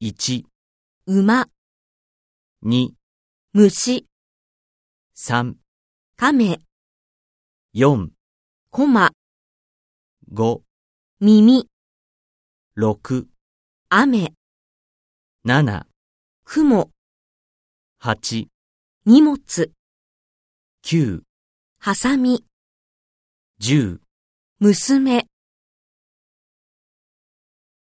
1、馬、 2、虫、 3、亀、 4、駒、 5、耳、 6、雨、 7、雲、 8、荷物、 9、ハサミ、 10娘、